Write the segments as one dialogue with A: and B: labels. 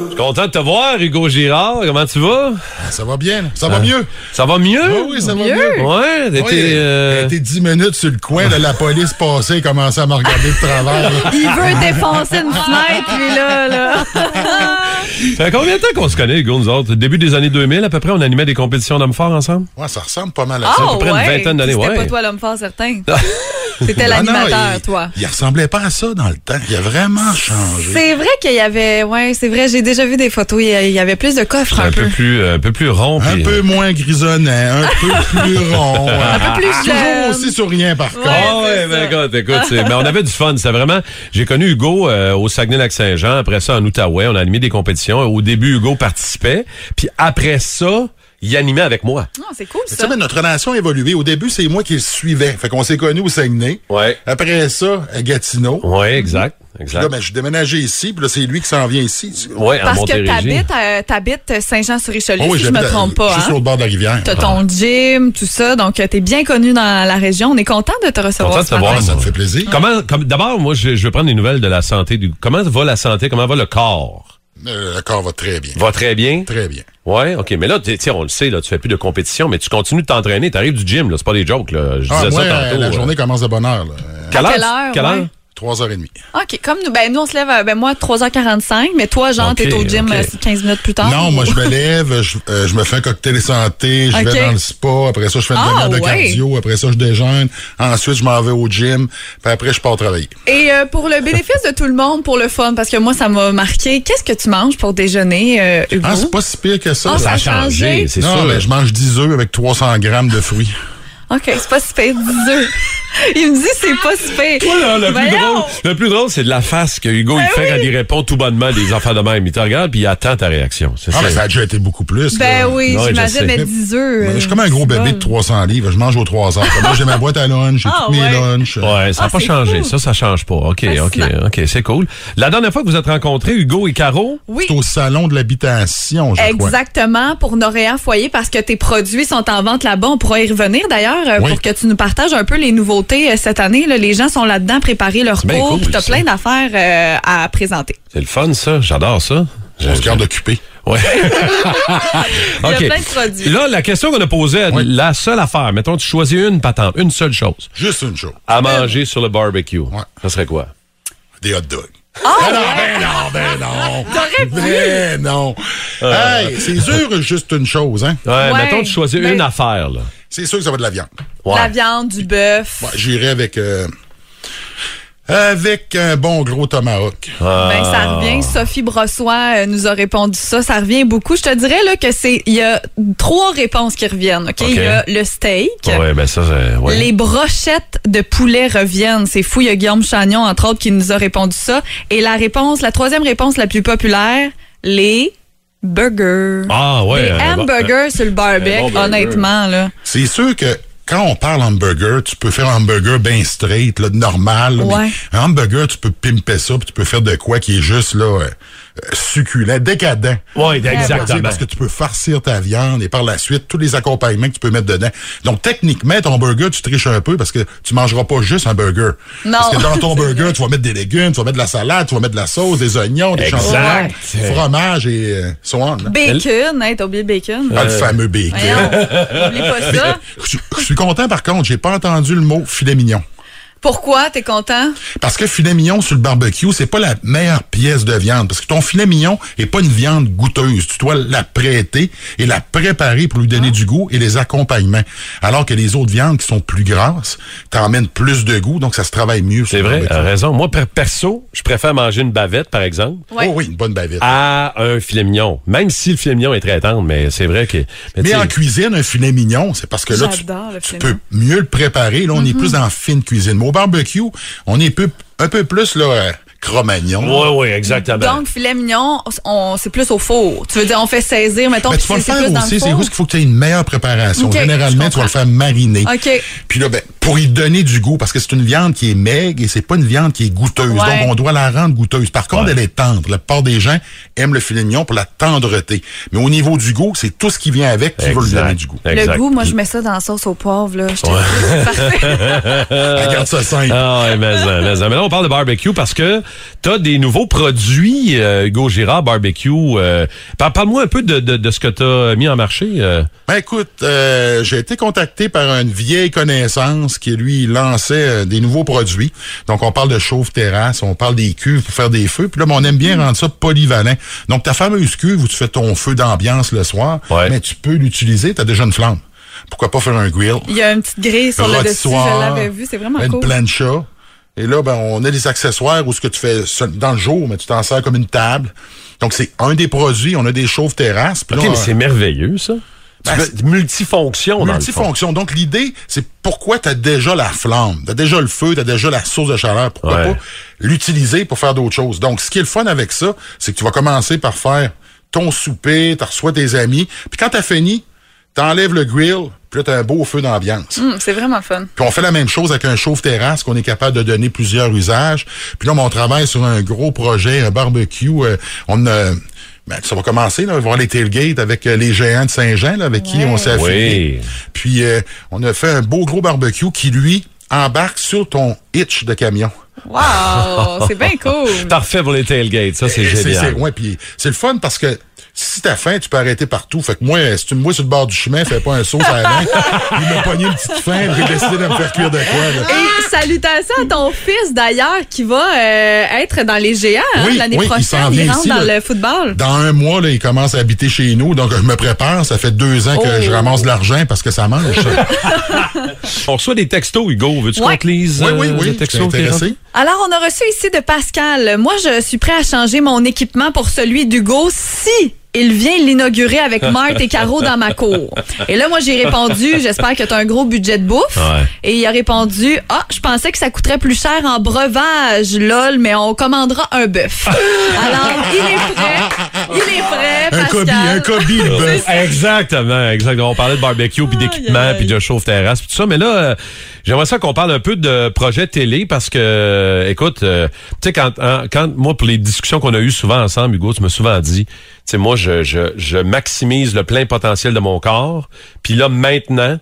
A: Je suis content de te voir, Hugo Girard. Comment tu vas?
B: Ça va bien, ça
C: Ah.
B: va mieux.
C: Mmh.
A: Ça va mieux?
B: Bah Oui, oui, ça va mieux.
A: Ouais, t'étais,
B: Oui, elle- elle
A: euh,
B: était 10 minutes sur le coin de la police passée et commençait à me regarder de travers. là.
C: Il veut défoncer une fenêtre, lui, là, là.
A: Ça fait combien de temps qu'on se connaît, Hugo, nous autres? Début des années 2000, à peu près, on animait des compétitions d'hommes forts ensemble?
B: Ouais, ça ressemble pas mal à ça.
A: Oh, près une vingtaine d'années,
C: Ah, C'était
A: ouais.
C: pas toi l'homme fort certain. C'était
B: Ah non,
C: l'animateur,
B: il-
C: toi.
B: Il ressemblait pas à ça dans le temps. Il a vraiment changé.
C: C'est vrai qu'il y avait, ouais, c'est vrai, j'ai déjà vu des photos, il y a- il y avait plus de coffres un,
A: Un
C: peu.
A: peu plus, euh, un peu plus rond.
B: Un
A: puis-
B: peu moins grisonnant, un peu plus rond. Un
C: peu plus
B: Toujours
C: jeune.
B: aussi sur rien, par contre.
C: Ouais,
A: Ah ouais,
C: c'est
A: ben
C: ça.
A: écoute, écoute, c'est- ben, on avait du fun. C'est vraiment. J'ai connu Hugo euh, au Saguenay-Lac-Saint-Jean. Après ça, en Outaouais, on a animé des compétitions. Au début, Hugo participait. Puis après ça, il animait avec moi.
C: Non, c'est cool,
B: Tu
C: ça.
B: sais, ben, notre relation a évolué. Au début, c'est moi qui le suivais. Fait qu'on s'est connus au Saguenay.
A: Ouais.
B: Après ça, à Gatineau.
A: Ouais, exact,
B: Puis là,
A: exact.
B: ben, je suis déménagé ici, puis là, c'est lui qui s'en vient ici.
A: Ouais, à
C: Parce que
A: Montérégie.
C: t'habites, euh, t'habites Saint-Jean-sur-Richelieu,
B: Ah oui,
C: si je me trompe pas,
B: Je suis sur
C: hein.
B: le bord de la rivière.
C: T'as ton gym, tout ça, donc euh, t'es bien connu dans la région. On est content de te recevoir.
A: Content de
C: ce
A: te
C: matin.
A: voir.
B: Ah, ça me fait plaisir.
A: Comment, comme, d'abord, moi, je, je vais prendre des nouvelles de la santé. Du, comment va la santé? Comment va le corps?
B: Euh, le corps va très bien.
A: Va très bien?
B: Très bien.
A: Ouais, ok. Mais là, tu sais, on le sait, là, tu fais plus de compétition, mais tu continues de t'entraîner. T'arrives du gym, là. C'est pas des jokes, là. Je
B: Ah,
A: disais
B: moi,
A: ça
B: euh,
A: tantôt.
B: la
A: euh,
B: journée commence de bonne heure. là. Euh,
A: Quelle
C: Quelle
A: heure?
C: heure,
A: Quelle
C: ouais.
A: heure?
B: 3h30.
C: OK, comme nous, ben nous, on se lève, à- ben moi, 3h45, mais toi, genre,
A: OK,
C: t'es au gym
A: OK.
C: euh, 15 minutes plus tard.
B: Non, moi, je me lève, je, euh, je me fais un cocktail santé, je
C: Ok.
B: vais dans le spa, après ça, je fais une
C: Ah,
B: demi-heure de
C: ouais.
B: cardio, après ça, je déjeune, ensuite, je m'en vais au gym, puis après, je pars travailler.
C: Et euh, pour le bénéfice de tout le monde, pour le fun, parce que moi, ça m'a marqué, qu'est-ce que tu manges pour déjeuner, euh, Hugo?
B: Ah, c'est pas si pire que ça.
C: Ah,
A: Ça a
C: Ça a changé.
A: changé, c'est
B: non,
A: sûr.
B: mais je mange 10 œufs avec 300 grammes de fruits.
C: OK, c'est pas si pire, dis-le. Il me dit c'est pas si pire.
A: Toi, là, le, plus
C: Voyons.
A: drôle, le plus drôle, c'est de la face que Hugo il
C: Ben
A: fait
C: oui.
A: quand il répond tout bonnement des enfants de même. Il te regarde puis il attend ta réaction. C'est
B: Ah,
A: ça.
B: mais ça a déjà été beaucoup plus. là.
C: Ben oui,
A: Ouais, je sais.
C: j'imagine, mais 10 œufs.
B: Moi,
C: euh,
B: Je suis comme un gros
C: c'est
B: bébé de
C: bon.
B: 300 livres. Je mange aux 3 heures. Comme Moi, j'ai ma boîte à lunch, j'ai
C: Ah,
B: tous mes
C: ouais.
B: lunchs.
A: Ouais, ça n'a
C: Ah,
A: pas
C: c'est
A: changé.
C: cool. Ah,
A: Ça, ça change pas. OK, OK,
C: Fascinant.
A: OK, c'est cool. La dernière fois que vous êtes rencontrés, Hugo et Caro,
C: Oui.
B: C'est au salon de l'habitation, je crois.
C: Exactement, pour Noréa Foyer, parce que tes produits sont en vente là-bas. On pourra y revenir d'ailleurs euh,
B: Oui.
C: pour que tu nous partages un peu les nouveautés euh, cette année. là. Les gens sont là-dedans, préparer leur
A: C'est bien
C: cours.
A: cool,
C: puis T'as
A: ça.
C: plein d'affaires euh, à présenter.
A: c'est le fun, ça. J'adore ça.
B: On se garde occupé.
A: Ouais. OK.
C: plein de produits.
A: Là, la question qu'on a posée, la seule affaire, mettons, tu choisis une patente, une seule chose,
B: Juste une chose.
A: à manger sur le barbecue. Ça serait quoi?
B: Des hot dogs. ben non, ben non, ben non. Ben non. Hey, c'est sûr, juste une chose, hein.
A: Ouais,
C: Ouais,
A: mettons, tu choisis
C: mais-
A: une affaire, là.
B: C'est sûr que ça va de la viande.
A: Ouais.
C: La viande, du bœuf.
B: Ouais, J'irai avec, euh, avec un bon gros tomahawk.
C: Ben,
A: Ah.
C: ça revient. Sophie Brossois euh, nous a répondu ça. Ça revient beaucoup. Je te dirais là, que c'est. Il y a trois réponses qui reviennent. OK? Il y a le steak.
A: Ouais, ben ça, c'est- ouais.
C: Les brochettes de poulet reviennent. C'est fou. Il y a Guillaume Chagnon, entre autres, qui nous a répondu ça. Et la réponse, la troisième réponse la plus populaire, les burgers.
A: Ah, ouais.
C: les
A: un bon-
C: hamburgers sur le barbecue,
A: un bon burger.
C: honnêtement, là.
B: C'est sûr que quand on parle hamburger, tu peux faire un hamburger bien straight, là, normal. là,
C: Ouais.
B: mais un hamburger, tu peux pimper ça, puis tu peux faire de quoi qui est juste là euh, euh, succulent, décadent.
A: euh, Ouais,
B: Tu sais,
A: exactement.
B: Parce que tu peux farcir ta viande et par la suite, tous les accompagnements que tu peux mettre dedans. Donc, techniquement, ton burger, tu triches un peu parce que tu mangeras pas juste un burger.
C: Non.
B: Parce que dans ton burger, tu vas mettre des légumes, tu vas mettre de la salade, tu vas mettre de la sauce, des oignons, des
A: Exact.
B: champignons,
A: Ouais.
B: du fromage et euh, so on. là.
C: Bacon, hein, t'as oublié le bacon.
A: Euh,
B: Ah, le fameux bacon.
C: Voyons, oublie pas ça.
B: Je suis- je suis content, par contre, j'ai pas entendu le mot filet mignon.
C: Pourquoi t'es content?
B: Parce que filet mignon sur le barbecue, c'est pas la meilleure pièce de viande. Parce que ton filet mignon est pas une viande goûteuse. Tu dois la prêter et la préparer pour lui donner
A: Ah.
B: du goût et les accompagnements. Alors que les autres viandes qui sont plus grasses, t'emmènes plus de goût, donc ça se travaille mieux. sur
A: C'est
B: le
A: vrai, hein.
B: barbecue.
A: t'as raison. Moi, per- perso, je préfère manger une bavette, par exemple,
C: Ouais.
B: Oh oui, une bonne
A: Ah,
B: bavette.
A: à un filet mignon. Même si le filet mignon est très tendre, mais c'est vrai que... tu
B: Mais
A: sais,
B: en cuisine, un filet mignon, c'est parce que là, tu,
C: J'adore le
B: tu
C: filet
B: peux
C: mignon. Mm-hmm.
B: mieux le préparer. Là, on est plus dans fine cuisine. Mais au barbecue, on est peu- un peu plus, là, euh, cro-magnon.
A: Ouais, ouais,
B: Ah ben.
A: exactement.
C: Donc, filet mignon, on, c'est plus au four. Tu veux dire, on fait saisir, mettons,
B: Ben,
C: puis
B: tu vas le
C: c'est c'est plus
B: faire
C: dans
B: aussi,
C: le
B: c'est
C: four.
B: juste qu'il faut que tu aies une meilleure préparation.
C: Ok, je
B: Généralement, tu vas
C: comprends.
B: le faire mariner.
C: OK.
B: Puis là, ben, pour y donner du goût, parce que c'est une viande qui est maigre et c'est pas une viande qui est goûteuse.
C: Ouais.
B: Donc, on doit la rendre goûteuse. Par contre,
A: Ouais.
B: elle est tendre. La plupart des gens aiment le filet mignon pour la tendreté. Mais au niveau du goût, c'est tout ce qui vient avec qui va lui donner du goût.
A: Exact.
C: Le goût, moi, je mets ça dans la sauce au poivre, là. Je te dis, parfait.
A: Euh,
B: Regarde ça simple.
A: Ah ouais, mais, en, mais en. Mais là, on parle de barbecue parce que t'as des nouveaux produits, euh, Hugo Girard Barbecue. euh, par- Parle-moi un peu de, de, de ce que t'as mis en marché. euh.
B: Ben écoute, euh, j'ai été contacté par une vieille connaissance qui, lui, lançait euh, des nouveaux produits. Donc, on parle de chauffe-terrasse, on parle des cuves pour faire des feux. Puis là, ben, on aime bien rendre ça polyvalent. Donc, ta fameuse cuve où tu fais ton feu d'ambiance le soir,
A: Ouais.
B: mais tu peux l'utiliser, tu as déjà une flamme. Pourquoi pas faire un grill?
C: Il y a une petite grille sur le dessus, je
B: Rôtissoir,
C: l'avais vu, c'est vraiment
B: une
C: cool.
B: plancha. Et là, ben, on a des accessoires où ce que tu fais seul- dans le jour, mais tu t'en sers comme une table. Donc, c'est un des produits. On a des chauffe-terrasses. Puis
A: OK,
B: là,
A: mais
B: on-
A: c'est merveilleux, ça.
B: Ben,
A: euh, Tu veux- multifonction, dans le fond.
B: Multifonction. Donc, l'idée, c'est pourquoi tu as déjà la flamme, tu as déjà le feu, tu as déjà la source de chaleur. Pourquoi
A: Ouais.
B: pas l'utiliser pour faire d'autres choses? Donc, ce qui est le fun avec ça, c'est que tu vas commencer par faire ton souper, tu reçois tes amis, puis quand tu as fini, tu enlèves le grill, puis là, tu as un beau feu d'ambiance.
C: Hum, c'est vraiment le fun.
B: Puis on fait la même chose avec un chauffe-terrasse qu'on est capable de donner plusieurs usages. Puis là, ben, on travaille sur un gros projet, un barbecue. euh, on a... ben, ça va commencer, là, on va voir les tailgates avec euh, les géants de Saint-Jean, là, avec qui on s'est affilié.
A: Oui.
B: Puis euh, on a fait un beau gros barbecue qui, lui, embarque sur ton hitch de camion.
C: Wow, c'est bien cool.
A: Parfait pour les tailgates, ça, c'est
B: Et
A: génial.
B: c'est- ouais, puis c'est le fun parce que si t'as faim, tu peux arrêter partout. Fait que moi, euh, si tu me vois sur le bord du chemin, fais pas un saut à la main. Il m'a pogné une petite faim, puis j'ai décidé de me faire cuire de quoi. là.
C: Et salutations à ton fils d'ailleurs qui va euh, être dans les géants hein,
B: Oui,
C: l'année
B: oui, il
C: prochaine.
B: s'en vient
C: rentre
B: ici,
C: dans
B: là.
C: le football.
B: Dans un mois, là, il commence à habiter chez nous, donc je me prépare. Ça fait deux ans que
C: Oh.
B: je ramasse de l'argent parce que ça mange.
A: On reçoit des textos, Hugo. Veux-tu
C: Ouais.
A: qu'on te lise
B: oui,
A: euh,
B: oui,
A: les
B: oui. T'es
A: textos?
B: intéressé?
C: Alors, on a reçu ici de Pascal. Moi, je suis prêt à changer mon équipement pour celui d'Hugo si il vient l'inaugurer avec Marthe et Caro dans ma cour. Et là, moi, j'ai répondu, j'espère que tu as un gros budget de bouffe.
A: Ouais.
C: Et il a répondu, ah, je pensais que ça coûterait plus cher en breuvage, lol, mais on commandera un bœuf. Alors, il est prêt. Il est prêt,
B: Un
C: Pascal.
B: Kobe, un Kobe, le bœuf.
A: Exactement, exactement. On parlait de barbecue, puis
C: Aïe,
A: d'équipement,
C: aïe.
A: puis de chauffe-terrasse, puis tout ça. Mais là, euh, j'aimerais ça qu'on parle un peu de projet télé, parce que, euh, écoute, euh, tu sais, quand, en- quand, moi, pour les discussions qu'on a eues souvent ensemble, Hugo, tu m'as souvent dit, tu sais, moi, je, je, je maximise le plein potentiel de mon corps, puis là, maintenant,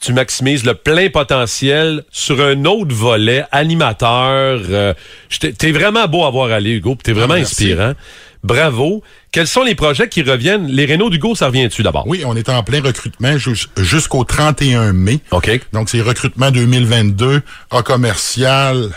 A: tu maximises le plein potentiel sur un autre volet, animateur. euh, je t'ai- t'es vraiment beau à voir aller, Hugo, puis t'es vraiment
B: merci.
A: inspirant. hein? Bravo. Quels sont les projets qui reviennent? Les Renault d'Hugo, ça revient-tu d'abord?
B: Oui, on est en plein recrutement jus- jusqu'au 31 mai.
A: OK.
B: Donc, c'est recrutement 2022 à commercial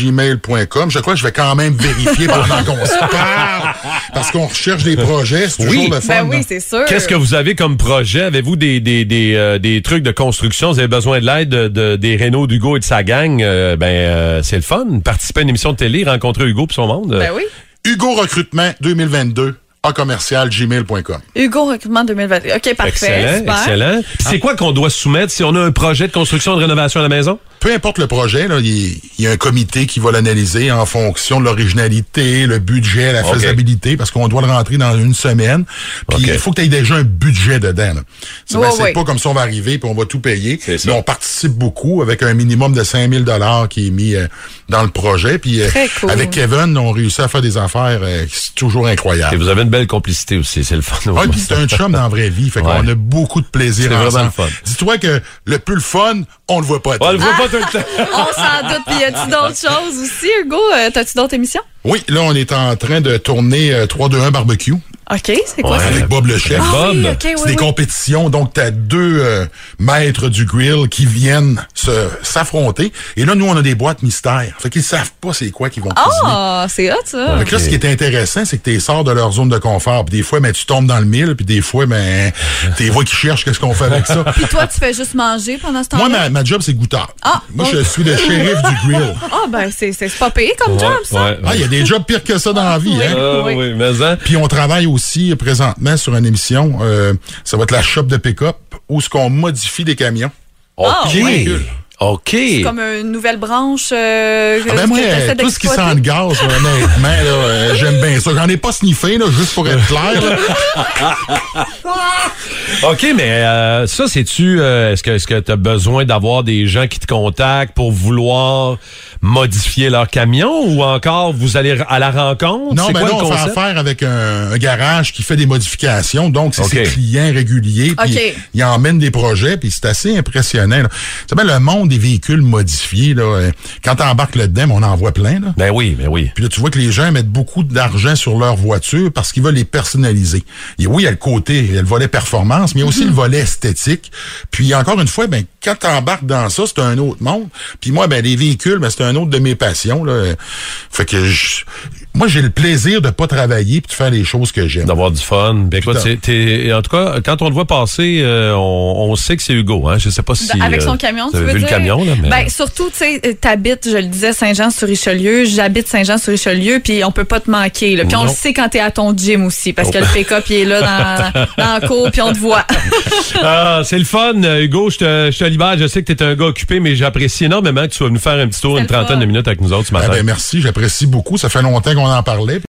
B: gmail.com. Je crois que je vais quand même vérifier pendant qu'on se parle parce qu'on recherche des projets. C'est toujours
A: Oui.
B: le fun.
C: Ben
B: hein?
C: oui, c'est sûr.
A: Qu'est-ce que vous avez comme projet? Avez-vous des, des, des, euh, des trucs de construction? Vous avez besoin de l'aide de, de- des Renault d'Hugo et de sa gang? Euh, ben, euh, c'est le fun. Participer à une émission de télé, rencontrer Hugo et son monde.
C: Ben oui.
B: Hugo Recrutement 2022 à commercial gmail.com.
C: Hugo, recrutement 2021. OK, parfait.
A: Excellent,
C: super.
A: excellent. Puis C'est quoi qu'on doit soumettre si on a un projet de construction de rénovation à la maison?
B: Peu importe le projet, là, il il y a un comité qui va l'analyser en fonction de l'originalité, le budget, la
A: OK.
B: faisabilité, parce qu'on doit le rentrer dans une semaine. Puis
A: OK.
B: il faut que tu aies déjà un budget dedans. là. C'est
C: Ouais,
B: ben, c'est
C: ouais.
B: pas comme si on va arriver puis on va tout payer.
A: C'est ça.
B: Mais on participe beaucoup avec un minimum de 5000 dollars qui est mis euh, dans le projet. Puis euh,
C: Très cool.
B: avec Kevin, on réussit à faire des affaires euh, c'est toujours
A: Et
B: incroyable.
A: vous avez une belle complicité aussi, c'est le fun.
B: Ouais, puis c'est un chum dans la vraie vie, fait qu'on
A: Ouais.
B: a beaucoup de plaisir
A: C'est vraiment
B: ensemble.
A: le fun.
B: Dis-toi que le plus le fun, on le voit pas.
A: On le voit pas tout le temps.
C: On s'en doute. Puis y a-tu d'autres choses aussi, Hugo? Euh, T'as-tu d'autres émissions?
B: Oui, là, on est en train de tourner euh, 3-2-1 barbecue
C: OK, c'est quoi
A: Ouais.
C: ça?
B: avec Bob le chef.
A: Ah,
C: oui,
A: Bob,
C: OK, Eh oui,
B: C'est
C: oui.
B: des compétitions, donc t'as deux euh, maîtres du grill qui viennent se s'affronter. Et là, nous, on a des boîtes mystères. Fait qu'ils savent pas c'est quoi qu'ils vont cuisiner.
C: Ah, c'est hot, ça.
B: Fait que là, ce qui est intéressant, c'est que t'es sors de leur zone de confort. Puis des fois, ben, tu tombes dans le mille, puis des fois, ben, t'es vois qui cherchent qu'est-ce qu'on fait avec ça.
C: Puis toi, tu fais juste manger pendant ce
B: Moi,
C: temps-là?
B: ma, ma job, c'est goûtard.
C: Ah,
B: Moi,
C: on-
B: je suis le shérif du grill.
C: Ah, ben, c'est c'est pas payé comme
A: Ouais,
C: job, ça.
A: ouais.
B: Ah, il y a des jobs pires que ça dans la vie, hein?
A: Ah,
C: Oui.
A: oui, mais hein.
B: Puis on travaille aussi euh, présentement sur une émission, euh, ça va être la shop de pick-up, où ce qu'on modifie des camions.
A: OK.
C: Ah, ouais.
A: OK.
C: C'est comme une nouvelle branche euh,
B: Ah ben
C: que
B: moi,
C: t'essaies
B: tout ce qui
C: d'exploiter.
B: sent le gaz, là, honnêtement, là, euh, j'aime bien ça. J'en ai pas sniffé, là, juste pour être clair. là.
A: OK, mais euh, ça, c'est-tu... euh, Est-ce que est-ce que tu as besoin d'avoir des gens qui te contactent pour vouloir modifier leur camion ou encore vous allez à la rencontre?
B: Non,
A: c'est
B: ben
A: quoi
B: non,
A: le
B: on fait
A: concept?
B: affaire avec un, un garage qui fait des modifications, donc c'est
A: OK.
B: ses clients réguliers, puis
C: OK.
B: il emmène des projets, puis c'est assez impressionnant. là. Tu sais, ben, le monde des véhicules modifiés, là, euh, quand t'embarques là-dedans, on en voit plein. Là.
A: Ben oui, ben oui.
B: Puis là, tu vois que les gens mettent beaucoup d'argent sur leur voiture parce qu'ils veulent les personnaliser. Et oui, il y a le côté, il y a le volet performance, mais il y a aussi le volet esthétique. Puis encore une fois, ben, quand t'embarques dans ça, c'est un autre monde. Puis moi, ben, les véhicules, ben, c'est un autre de mes passions. Là. Fait que je- moi, j'ai le plaisir de pas travailler puis de faire les choses que j'aime.
A: D'avoir du fun. Ben écoute, c'est- t'es- en tout cas, quand on le voit passer, euh, on, on sait que c'est Hugo. Hein? Je sais pas si...
C: Avec
A: euh,
C: son camion, tu
A: t'avais
C: veux
A: vu
C: dire?
A: le camion, là, mais...
C: Ben, surtout, tu sais, euh, t'habites, je le disais, Saint-Jean-sur-Richelieu. J'habite Saint-Jean-sur-Richelieu, puis on peut pas te manquer. là. Puis on
A: Non. Oh.
C: le sait quand t'es à ton gym aussi, parce que le pick-up, il est là dans, dans la cour, puis on te voit.
A: Ah, c'est le fun, euh, Hugo. Je te, je te libère. Je sais que tu un gars occupé, mais j'apprécie énormément que tu sois venu faire un petit tour,
C: C'est
A: une
C: le fun.
A: trentaine de minutes avec nous autres ce
B: Ah,
A: matin.
B: ben, merci, j'apprécie beaucoup. Ça fait longtemps qu'on en parlait.